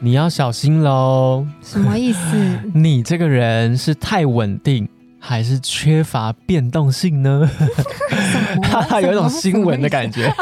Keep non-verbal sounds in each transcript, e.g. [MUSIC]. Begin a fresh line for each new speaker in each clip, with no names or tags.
你要小心喽！
什么意
[LAUGHS]
思？
你这个人是太稳定，还是缺乏变动
[LAUGHS]
性呢？哈哈，有一种新闻的感觉。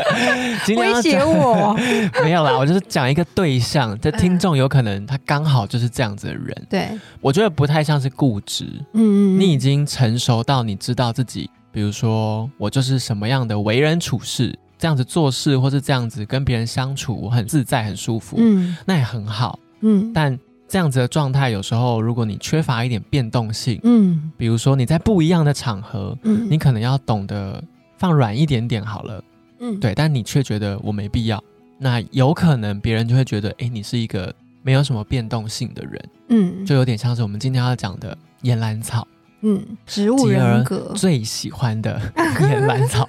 [LAUGHS] 今天要
威胁
讲
我？嗯
没有啦，我就是讲一个对象，这听众有可能他刚好就是这样子的人，
对，
我觉得不太像是固执，
嗯嗯，
你已经成熟到你知道自己，比如说我就是什么样的为人处事，这样子做事，或是这样子跟别人相处，我很自在、很舒服，
嗯
那也很好。
嗯
但这样子的状态，有时候如果你缺乏一点变动性，
嗯
比如说你在不一样的场合，
嗯，
你可能要懂得放软一点点好了，
嗯
对，但你却觉得我没必要，那有可能别人就会觉得，诶，你是一个没有什么变动性的人，
嗯
就有点像是我们今天要讲的岩兰草。
嗯植物
吉
人
儿
格。
最喜
[LAUGHS]
欢的岩兰草，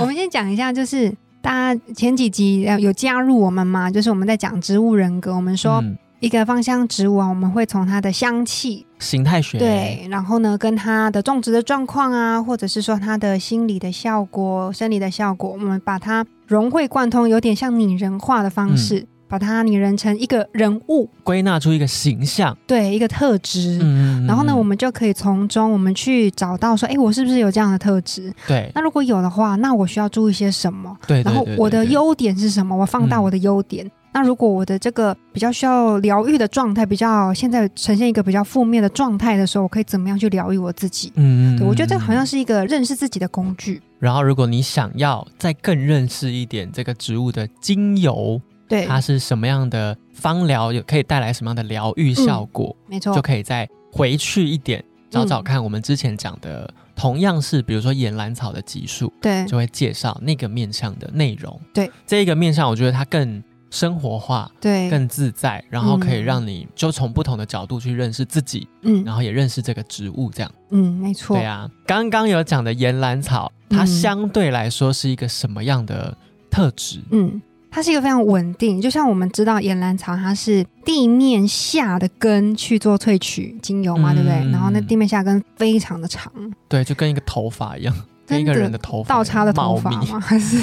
我们先讲一下，就是大家前几集呃有加入我们嘛，就是我们在讲植物人格，我们说
嗯、
一个芳香植物啊，我们会从它的香气，
形态学，
对，然后呢，跟它的种植的状况啊，或者是说它的心理的效果、生理的效果，我们把它融会贯通，有点像拟人化的方
嗯
式，把它拟人成一个人物，
归纳出一个形象。
对，一个特质。
嗯
然后呢，我
们
们就可以从中我们去找到说，哎，我是不是有这样的特质？
对
那如果有的话，那我需要注意些什么？
对，对
然后
对对
我的
对
优点是什么？我放大
嗯
我的优点。那如果我的这个比较需要疗愈的状态，比较现在呈现一个比较负面的状态的时候，我可以怎么样去疗愈我自己？
嗯，嗯
对我觉得这个好像
嗯
是一个认识自己的工具
嗯。然后，如果你想要再更认识一点这个植物的精油，
对，
它是什么样的芳疗，有可以带来什么样的疗愈效果，
没错
就，可以再回去一点找找
嗯
看。我们之前讲的，同样是比如说岩兰草的级数，
对，
就会介绍那个面向的内容。
对，
这一个面向，我觉得它更生活化、
对，
更自在，然后可以
嗯
让你就从不同的角度去认识自己，
嗯
然后也认识这个植物。这样，
嗯，没错
对，啊。刚刚有讲的岩兰草，它
嗯
相对来说是一个什么样的特质？
嗯，它是一个非常稳定，就像我们知道岩兰草，它是地面下的根去做萃取精油嘛，对不对？
嗯
然后那地面下根非常的长，
对，就跟一个头发一样，跟一
真
个人的
的
头发
倒插的头发
一样茂
吗？还是？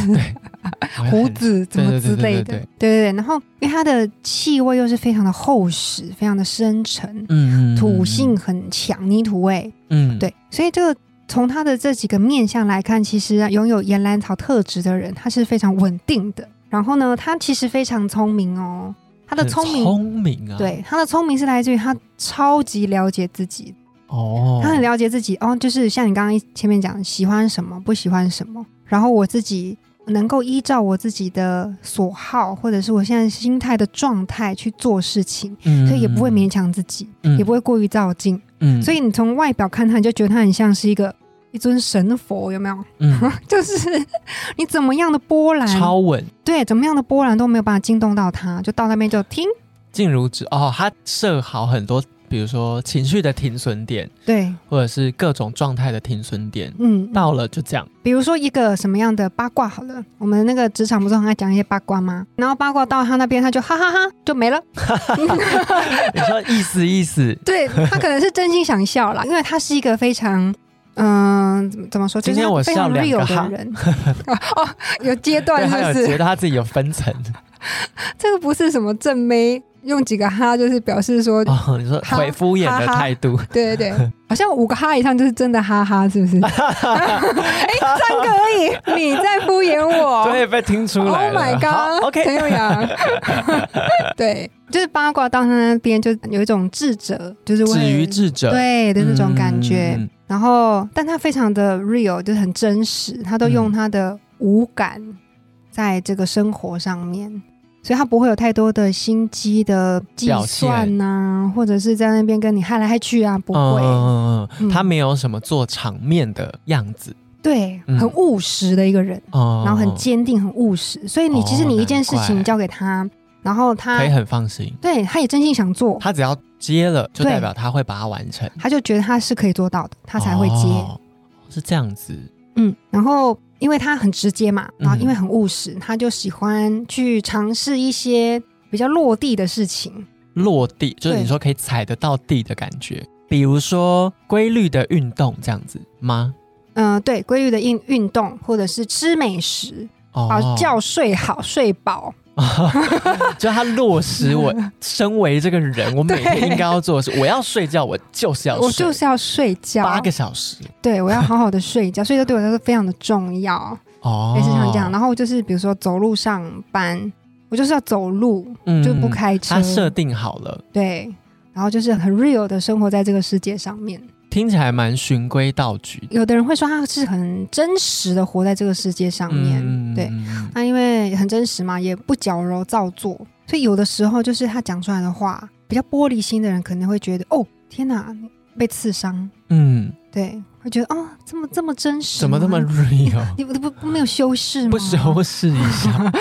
[LAUGHS]
密
胡，
[LAUGHS]
子怎么之类的，
对对对对对对
对对然后因为它的气味又是非常的厚实，非常的深沉，
嗯
土性，很强，泥土味，
嗯，
对，所以这个从它的这几个面相来看，其实啊拥有岩兰草特质的人，他是非常稳定的。然后呢，他其实非常聪明哦，他
他
的聪明，
聪明啊，，
对他的聪明是来自于他超级了解自己，
哦，
他很了解自己哦，就是像你刚刚前面讲，喜欢什么，不喜欢什么，然后我自己能够依照我自己的所好，或者是我现在心态的状态去做事情，
嗯，
所以也不会勉强自己，
嗯，
也不会过于照镜。
嗯，嗯，
所以你从外表看他，你就觉得他很像是一个一尊神佛，有没 [LAUGHS] 有？
嗯
就是你怎么样的波澜，
超稳，
对，怎么样的波澜都没有办法惊动到他，就到那边就听，
静茹指哦，他设好很多，比如说情绪的停损点，
对，
或者是各种状态的停损点，
嗯，
到了就这样。
比如说一个什么样的八卦好了，我们那个职场不是很爱讲一些八卦吗？然后八卦到他那边，他就哈哈哈就没了。
你说意思意
[LAUGHS]
思，
对他可能是真心想笑啦，因为他是一个非常。嗯，怎么怎么说？就
今
是
天
他
我
非
笑
常
两个
real
哈
的人 [LAUGHS] 哦，有阶段
对，他
是
有
不
觉
是？
得他自己有
[LAUGHS]
分层
这个不是什么正妹，用几个哈就是表示说，
哦。你说
哈
回敷衍的态度，
对对对，好像五个哈以上就是真的哈哈，是不
[LAUGHS]
是？哎，三个而已，你在敷衍我。
对，被听出来
Oh my
了。好
god！陈
OK，
友
[LAUGHS]
阳，对，就是八卦到他那边，就有一种智者，就是会
止于智者，
对的那种感觉。
嗯
然后，但他非常的 real，就是很真实，他都用
嗯
他的五感在这个生活上面，所以他不会有太多的心机的计
表现
算呐、或者是在那边跟你嗨来嗨去啊，不会。
嗯嗯嗯
嗯
他没有什么做场面的样子，
对，
嗯
很务实的一个人，
哦
然后很坚定、很务实，所以你其实
哦
你一件
难
事
怪
情交给他，然后他
可以很放心。
对，他也真心想做，
他只要接了，就
对
代表他会把它完成，
他就觉得他是可以做到的，他才会接。
哦是这样子，
嗯，然后因为他很直接嘛，然后
嗯
因为很务实，他就喜欢去尝试一些比较落地的事情。
落地就是
对
你说可以踩得到地的感觉，比如说规律的运动这样子吗？
嗯、对，规律的运运动，或者是吃美食，把
哦，
觉睡好、睡饱。
就他落
[LAUGHS]
实我身为这个人，我每天
对
应该要做的事，我要睡觉，我就是要睡，
我就是要睡觉，
八个小时
对我要好好的睡觉， [LAUGHS] 睡觉对我来说非常的重要，
哦，
类似像这样。然后就是比如说走路上班，我就是要走路，
嗯
就不开车。
他设定好了，
对，然后就是很 real 的生活在这个世界上面。
听起来蛮循规蹈矩的。
有的人会说他是很真实的活在这个世界上面，对。
嗯
那因为很真实嘛，也不矫揉造作，所以有的时候就是他讲出来的话，比较玻璃心的人可能会觉得，哦，天哪，你被刺伤，
嗯，
对，会觉得哦，这么这么真实吗，
怎么那么 real？
你不不不没有修饰 [LAUGHS] 吗？
不修饰一下，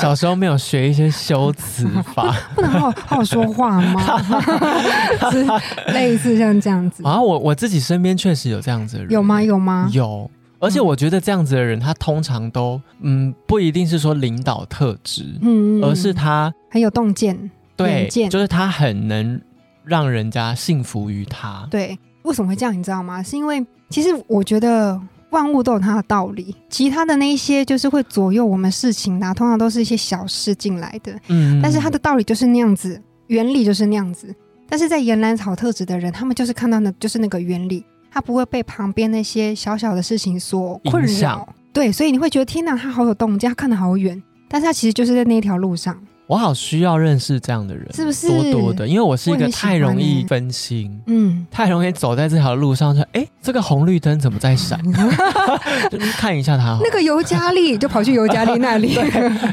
小时候没有学一些修辞法，
不能好好好好说话吗？ [LAUGHS] 是类似像这样子，
啊，我我自己身边确实有这样子的人，
有吗？有吗？
有，而且
嗯
我觉得这样子的人，他通常都嗯，不一定是说领导特质，
嗯，嗯
而呃是
嗯
他
很有洞见，
对
远，见
就是他很能让人家信服于他。
对，为什么会这样？你知道吗？是因为其实我觉得万物都有它的道理，其他的那一些就是会左右我们事情的啊、通常都是一些小事进来的，
嗯
但是它的道理就是那样子，原理就是那样子。但是在岩兰草特质的人，他们就是看到的就是那个原理，他不会被旁边那些小小的事情所困
影响
扰。对，所以你会觉得天哪，他好有洞见，他看得好远，但是他其实就是在那一条路上，
我好需要认识这样的人，
是不是？
多多的，因为我是一
我也
个
很喜
太容
欢
易
欸
分心。
嗯，
太容易走在这条路上，说：“哎、这个红绿灯怎么
[LAUGHS]
在闪？就看一下它好了。
那个尤加利就跑去尤加利那
[LAUGHS]
里。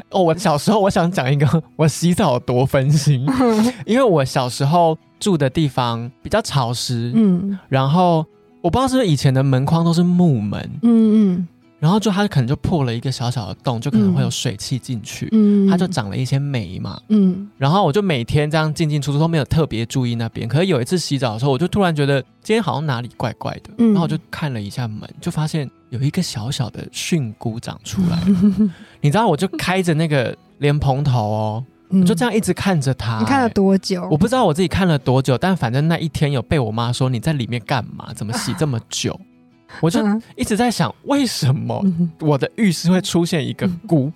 哦，我小时候我想讲一个， [LAUGHS] 我洗澡多分心，
嗯
因为我小时候住的地方比较潮湿，
嗯
然后我不知道是不是以前的门框都是木门，
嗯嗯
然后就它可能就破了一个小小的洞，就可能
嗯
会有水汽进去，
嗯，
它就长了一些霉嘛。
嗯
然后我就每天这样进进出出都没有特别注意那边，可是有一次洗澡的时候，我就突然觉得今天好像哪里怪怪的，
嗯
然后我就看了一下门，就发现有一个小小的蕈菇长出来了。
[LAUGHS]
你知道，我就开着那个莲蓬头哦，
嗯
我就这样一直看着它、
你看了
哎
多久？
我不知道我自己看了多久，但反正那一天有被我妈说你在里面干嘛，怎么
[LAUGHS]
洗这么久，我就
嗯
一直在想为什么
嗯
我的浴室会出现一个菇，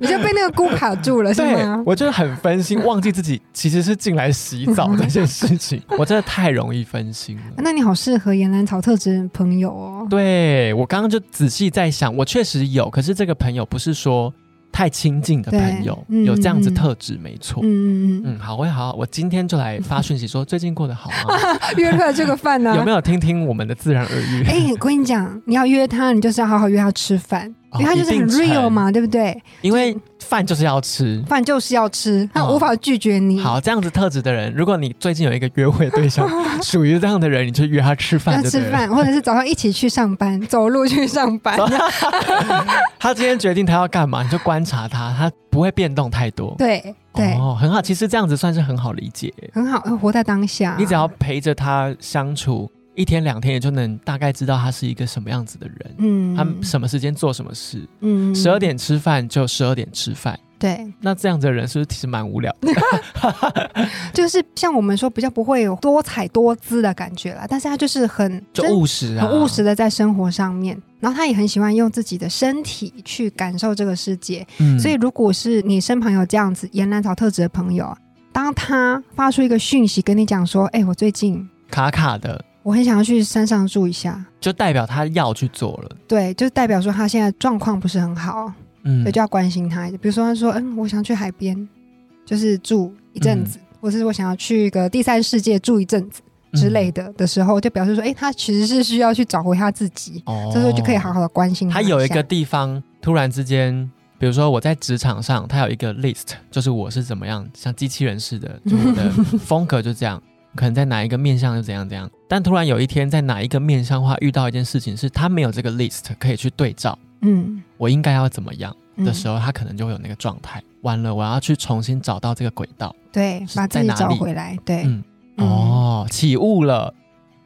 你就被那个菇卡住了，是
[LAUGHS] 对
吗？
我就是很分心，忘记自己其实是进来洗澡这件事
[LAUGHS]
情，我真的太容易分心了。
啊那你好适合岩兰草特质朋友哦。
对我刚刚就仔细在想，我确实有，可是这个朋友不是说太亲近的朋友，
对嗯
有这样子特质没错。
嗯嗯嗯，
嗯，好，我也好，我今天就来发讯息说最近过得好吗？
[LAUGHS] 约了这个饭呢、
嗯 [LAUGHS] 有没有听听我们的自然耳
[LAUGHS]
语？[LAUGHS]
哎、我跟你讲，你要约他，你就是要好好约他吃饭，因为他就是
哦一定
很
成
real 嘛，对不对？
因为饭就是要吃。
饭就是要吃，他
哦
无法拒绝你。
好，这样子特质的人，如果你最近有一个约会
[LAUGHS]
对象属于这样的人，你就约他吃
要
饭就
吃
对了。
饭，哎或者是早上一起去上班，
[LAUGHS]
走路去上班。
他今天决定他要干嘛，你就观察他，他不会变动太多。
对对，
哦，很好，其实这样子算是很好理解。
很好，活在当下。
你只要陪着他相处一天两天，也就能大概知道他是一个什么样子的人。
嗯，
他什么时间做什么事，
嗯
十二点吃饭就十二点吃饭。
对，
那这样子的人是不是其实蛮无聊的？
就是像我们说比较不会有多彩多姿的感觉啦，但是他就是很
就
真
务实啊，
很务实。的在生活上面，然后他也很喜欢用自己的身体去感受这个世界。
嗯
所以如果是你身旁有这样子岩兰草特质的朋友啊，当他发出一个讯息跟你讲说：“哎、我最近
卡卡的，
我很想要去山上住一下。
就代表他要去做了。”
对，就代表说他现在状况不是很好，
嗯
所以就要关心他。比如说他说：“嗯，我想去海边，就是住一阵
嗯
子，或是我想要去一个第三世界住一阵子。”之类
的，
的的时候，就表示说，哎、他其实是需要去找回他自己，
哦
这时候就可以好好的关心
他
一
有一
下
个地方突然之间，比如说我在职场上，他有一个 list，就是我是怎么样，像机器人似的，就我的风格就这样，可能在哪一个面向就怎样怎样。但突然有一天，在哪一个面向的话遇到一件事情，是他没有这个 list 可以去对照，
嗯
我应该要怎么样
嗯
的时候，他可能就会有那个状态。完了，我要去重新找到这个轨道。
对，
是
把
在
自己
哪
找
里
回来，对，
嗯
嗯
哦，起雾了，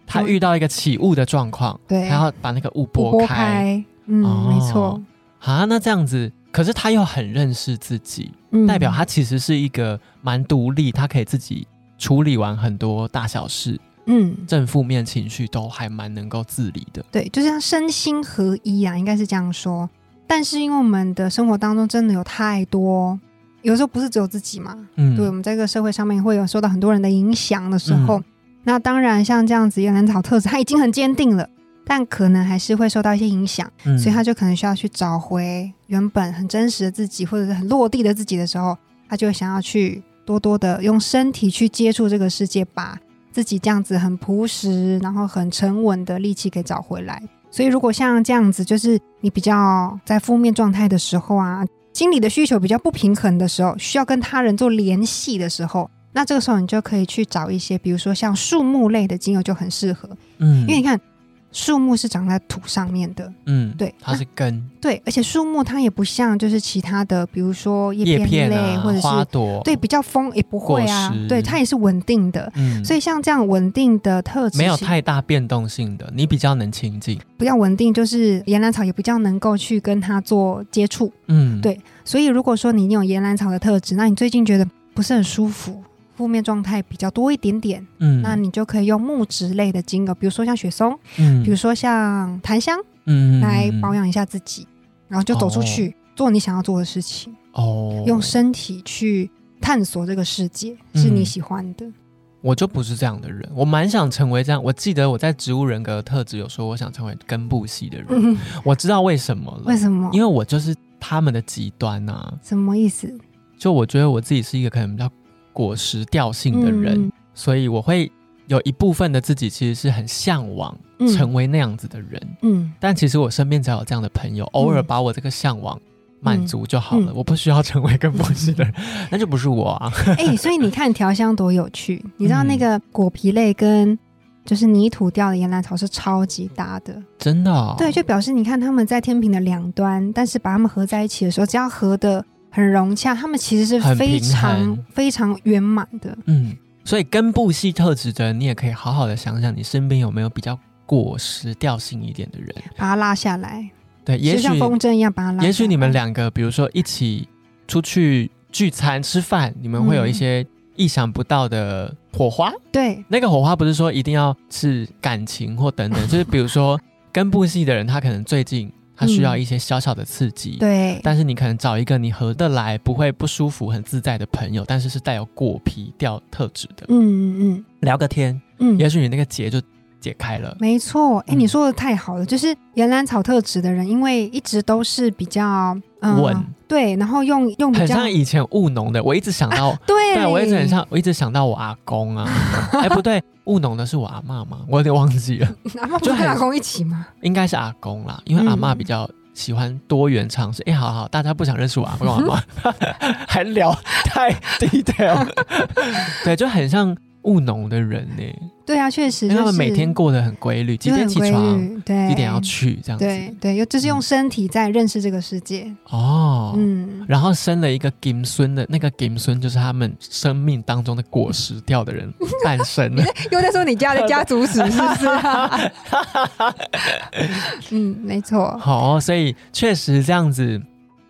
他
嗯
遇到一个起雾的状况，
对，
他要把那个雾
不
拨开
开，嗯，
哦
没错，
啊。那这样子，可是他又很认识自己，
嗯，
代表他其实是一个蛮独立，他可以自己处理完很多大小事，
嗯，
正负面情绪都还蛮能够自理的。
对，就是要身心合一啊，应该是这样说。但是因为我们的生活当中真的有太多，有时候不是只有自己嘛，
嗯，
对，我们在这个社会上面会有受到很多人的影响的时候，
嗯
那当然像这样子，一个蓝草特质他已经很坚定了，但可能还是会受到一些影响，
嗯
所以他就可能需要去找回原本很真实的自己，或者是很落地的自己的时候，他就想要去多多的用身体去接触这个世界，把自己这样子很朴实，然后很沉稳的力气给找回来。所以如果像这样子，就是你比较在负面状态的时候啊，心理的需求比较不平衡的时候，需要跟他人做联系的时候。那这个时候，你就可以去找一些，比如说像树木类的精油就很适合，
嗯，
因为你看，树木是长在土上面的，
嗯
对
它是根、
对，而且树木它也不像就是其他的，比如说叶
叶片
类、
啊、
或者是
花朵，
对，比较风也不会啊
果实，
对，它也是稳定的。
嗯，
所以像这样稳定的特质，
没有太大变动性的，你比较能亲近。
比较稳定，就是岩兰草也比较能够去跟它做接触。
嗯，
对所以如果说你有岩兰草的特质，那你最近觉得不是很舒服，负面状态比较多一点点，
嗯，
那你就可以用木质类的精油，比如说像雪松，
嗯，
比如说像檀香，
嗯哦
来
嗯嗯
保养一下自己，然后就走出去、做你想要做的事情。
哦，嗯
用身体去探索这个世界，是你喜欢
[LAUGHS]
的。
我就不是这样的人，我蛮想成为这样。我记得我在植物人格特质有说，我想成为根部系的人，
嗯，
我知道为什么了，
为什么
因？为我就是他们的极端啊。
什么意思？
就我觉得我自己是一个可能比较果实调性的
嗯
人，所以我会有一部分的自己其实是很向往
嗯
成为那样子的人，
嗯
但其实我身边只要有这样的朋友，偶尔把我这个向往满足就好
嗯
了，
嗯
我不需要成为跟波西的人， [LAUGHS] 那就不是我啊。
哎、
[LAUGHS]
所以你看调香多有趣，你知道那
嗯
个果皮类跟就是泥土调的岩兰草是超级搭的，
真的、哦，
对，就表示你看它们在天平的两端，但是把它们合在一起的时候，只要合的很融洽，它们其实是
很
非
平
常
衡
非常圆满的。
嗯，所以根部系特质的人，你也可以好好的想想，你身边有没有比较果实调性一点的人。
把它拉下来，
对，也
就
许
像风筝一样把它拉下来。
也许你们两个，比如说一起出去聚餐吃饭，你们
嗯
会有一些意想不到的火花。
对
那个火花不是说一定要是感情或
[LAUGHS]
等等，就是比如说根部系的人，他可能最近他需要一些小小的刺激。
对，
但是你可能找一个你合得来、不会不舒服、很自在的朋友，但是是带有果皮调特质的，
嗯嗯
聊个天，
嗯嗯，
也许你那个结就解开了。
没错，哎、
嗯
你说的太好了，就是岩兰草特质的人，因为一直都是比较嗯
稳
对，然后用用比
很
较
像以前务农的，我一直想到，
[LAUGHS] 对，
对我一直很像，我一直想到我阿公啊。
[LAUGHS]
哎，不对，务农的是我阿嬷嘛，我有点忘记了，
阿妈不
就是
跟
很
阿公一起吗？
应该是阿公啦，因为阿嬷比较喜欢多元尝试。哎、好好，大家不想认识我阿公阿嬷，
嗯
[LAUGHS] 还聊太
[LAUGHS]
detail，对，就很像务农的人呢、
对啊，确实、
因
就
为
是
他们每天过得很规律，几
就很
点起
规
床，
律对，
几点要，去这样
对
子。
对，又就是用
嗯
身体在认识这个世界，
哦。 [LAUGHS]
嗯，
然后生了一个金孙的那个金孙，就是他们生命当中的果实掉的人诞生了。
又在说 [LAUGHS] 你家的家族史是不是、
[LAUGHS]
啊？嗯，没错，
好、所以确实这样子，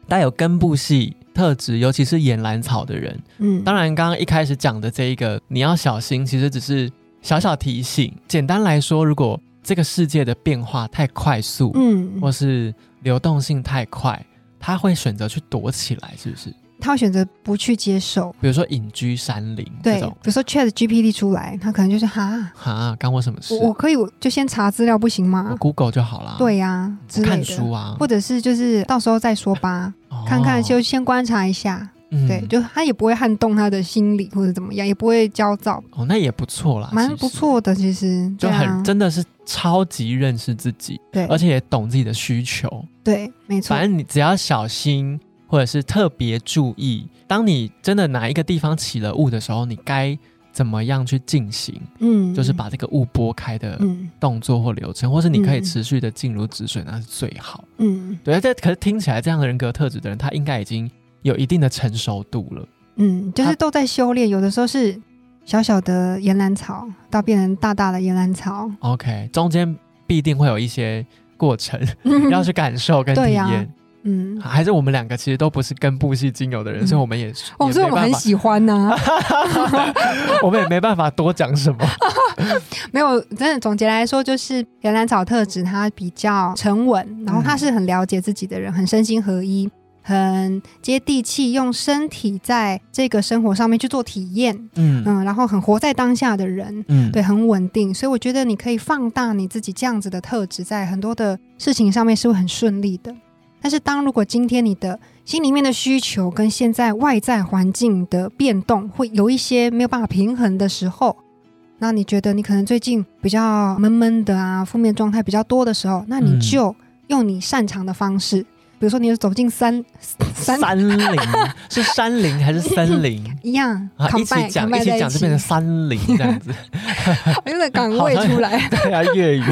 带有根部系特质，尤其是岩兰草的人，
嗯，
当然刚刚一开始讲的这一个你要小心，其实只是小小提醒。简单来说，如果这个世界的变化太快速，
嗯，
或是流动性太快，他会选择去躲起来，是不是？
他会选择不去接受，
比如说隐居山林这
对，
种
比，如说 Chat GPT 出来，他可能就是哈。
哈，干我什么事？
我我可以我就先查资料不行
我
吗？
Google 就好啦。
对呀、
我
之类的，
看书啊，
或者是就是到时候再说吧，
哦
看看就先观察一下，
嗯
对，就他也不会撼动他的心理或者怎么样，也不会焦躁，
哦，那也不错啦，
蛮
其实
不，错的，其实
就
对啊
很真的是超级认识自己，
对，
而且也懂自己的需求。
对，没错
反，正你只要小心，或者是特别注意，当你真的哪一个地方起了雾的时候，你该怎么样去进行，
嗯，
就是把这个雾拨开的
嗯
动作或流程，或是你可以
嗯
持续的进入止水，那是最好。
嗯
对，这可是听起来这样的人格特质的人，他应该已经有一定的成熟度了。
嗯，就是都在修炼，有的时候是小小的岩兰草到变成大大的岩兰草，
OK，中间必定会有一些
[LAUGHS]
过程要去感受跟体
对呀
验。
嗯，
还是我们两个其实都不是跟布戏精友的人，
嗯
所以我们也是，
哦，
也
所以我们
没办
很
法，
喜欢啊
[LAUGHS]
呐、
我们也没办法多讲什么。
没有，真的总结来说，就是岩兰草特质，它比较沉稳，然后他是很了解自己的人，很身心合一，很接地气，用身体在这个生活上面去做体验，
嗯
嗯，然后很活在当下的人。
嗯，
对，很稳定，所以我觉得你可以放大你自己这样子的特质，在很多的事情上面是会很顺利的。但是，当如果今天你的心里面的需求跟现在外在环境的变动会有一些没有办法平衡的时候，那你觉得你可能最近比较闷闷的啊，负面状态比较多的时候，那你
嗯
就用你擅长的方式，比如说你走进山山
山 [LAUGHS] 林是山林还是森林？
一样， [LAUGHS]
啊，一
combine-
起讲
combine
一起
在
讲就变
[LAUGHS]
成
起
山林这样子，
[LAUGHS] 有点岗位出来。
对啊，粤语，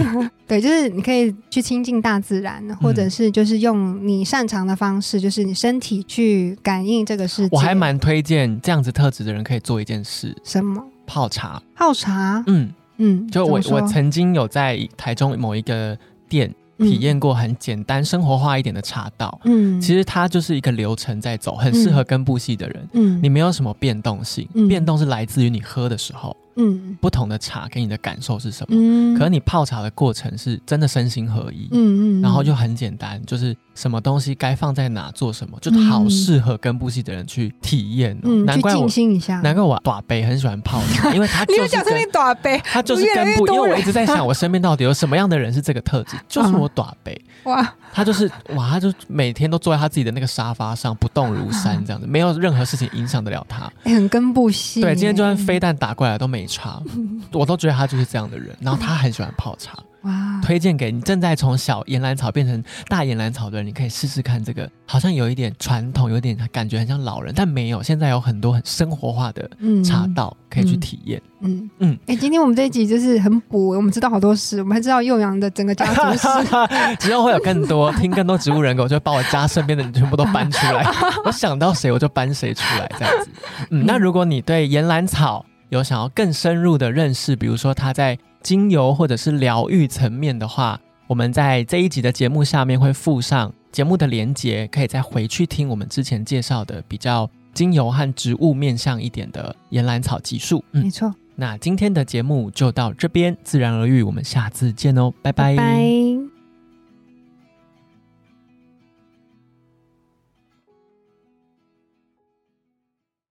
对，就是你可以去亲近大自然，或
嗯
者是就是用你擅长的方式，就是你身体去感应这个世界。
我还蛮推荐这样子特质的人可以做一件事，
什么
泡茶。
泡茶，
嗯，
嗯，
就我
怎么
我
说
曾经有在台中某一个店体，验过很简单生活化一点的茶道，
嗯嗯，嗯
其实它就是一个流程在走，很适合跟布戏的人。
嗯
你没有什么变动性，
嗯
变动是来自于你喝的时候
嗯
不同的茶给你的感受是什么。
嗯，
可你泡茶的过程是真的身心合一，
嗯嗯，
然后就很简单，就是什么东西该放在哪做什么，就好
嗯
适合跟布戏的人去体验、哦。
嗯
难
去
怪我
静心一下。
难怪我大北很喜欢泡
[LAUGHS]
茶，因为他
你有
就是
讲成你
跟
短杯
他就是
越来
跟
越
布，因
多
为我
人
一直在想我身边到底有什么样的人是这个特质，就是
嗯
我大北。
哇，
他就是哇，他就每天都坐在他自己的那个沙发上，不动如
[LAUGHS]
山这样子，没有任何事情影响得了他。
哎很跟不戏。
对，今天就算飞弹打过来都没差，
[LAUGHS]
我都觉得他就是这样的人。然后他很喜欢泡茶，
哇，
推荐给你正在从小岩兰草变成大岩兰草的人，你可以试试看这个，好像有一点传统，有点感觉很像老人，但没有。现在有很多很生活化的
嗯
茶道可以去
嗯
体验。
嗯嗯
嗯，
哎，今天我们这一集就是很补，我们知道好多事，我们还知道幼阳的整个家
[LAUGHS]
族史。
之后会有更多，听更多植物人狗，就会把我家身边的人全部都搬出 [LAUGHS] 来。我想到谁我就搬谁出来，这样子。 [LAUGHS] 嗯，那如果你对岩兰草有想要更深入的认识，比如说它在精油或者是疗愈层面的话，我们在这一集的节目下面会附上节目的连结，可以再回去听我们之前介绍的比较精油和植物面向一点的岩兰草技术。
没
嗯，
错，
那今天的节目就到这边，自然而愈，我们下次见哦，拜
拜拜。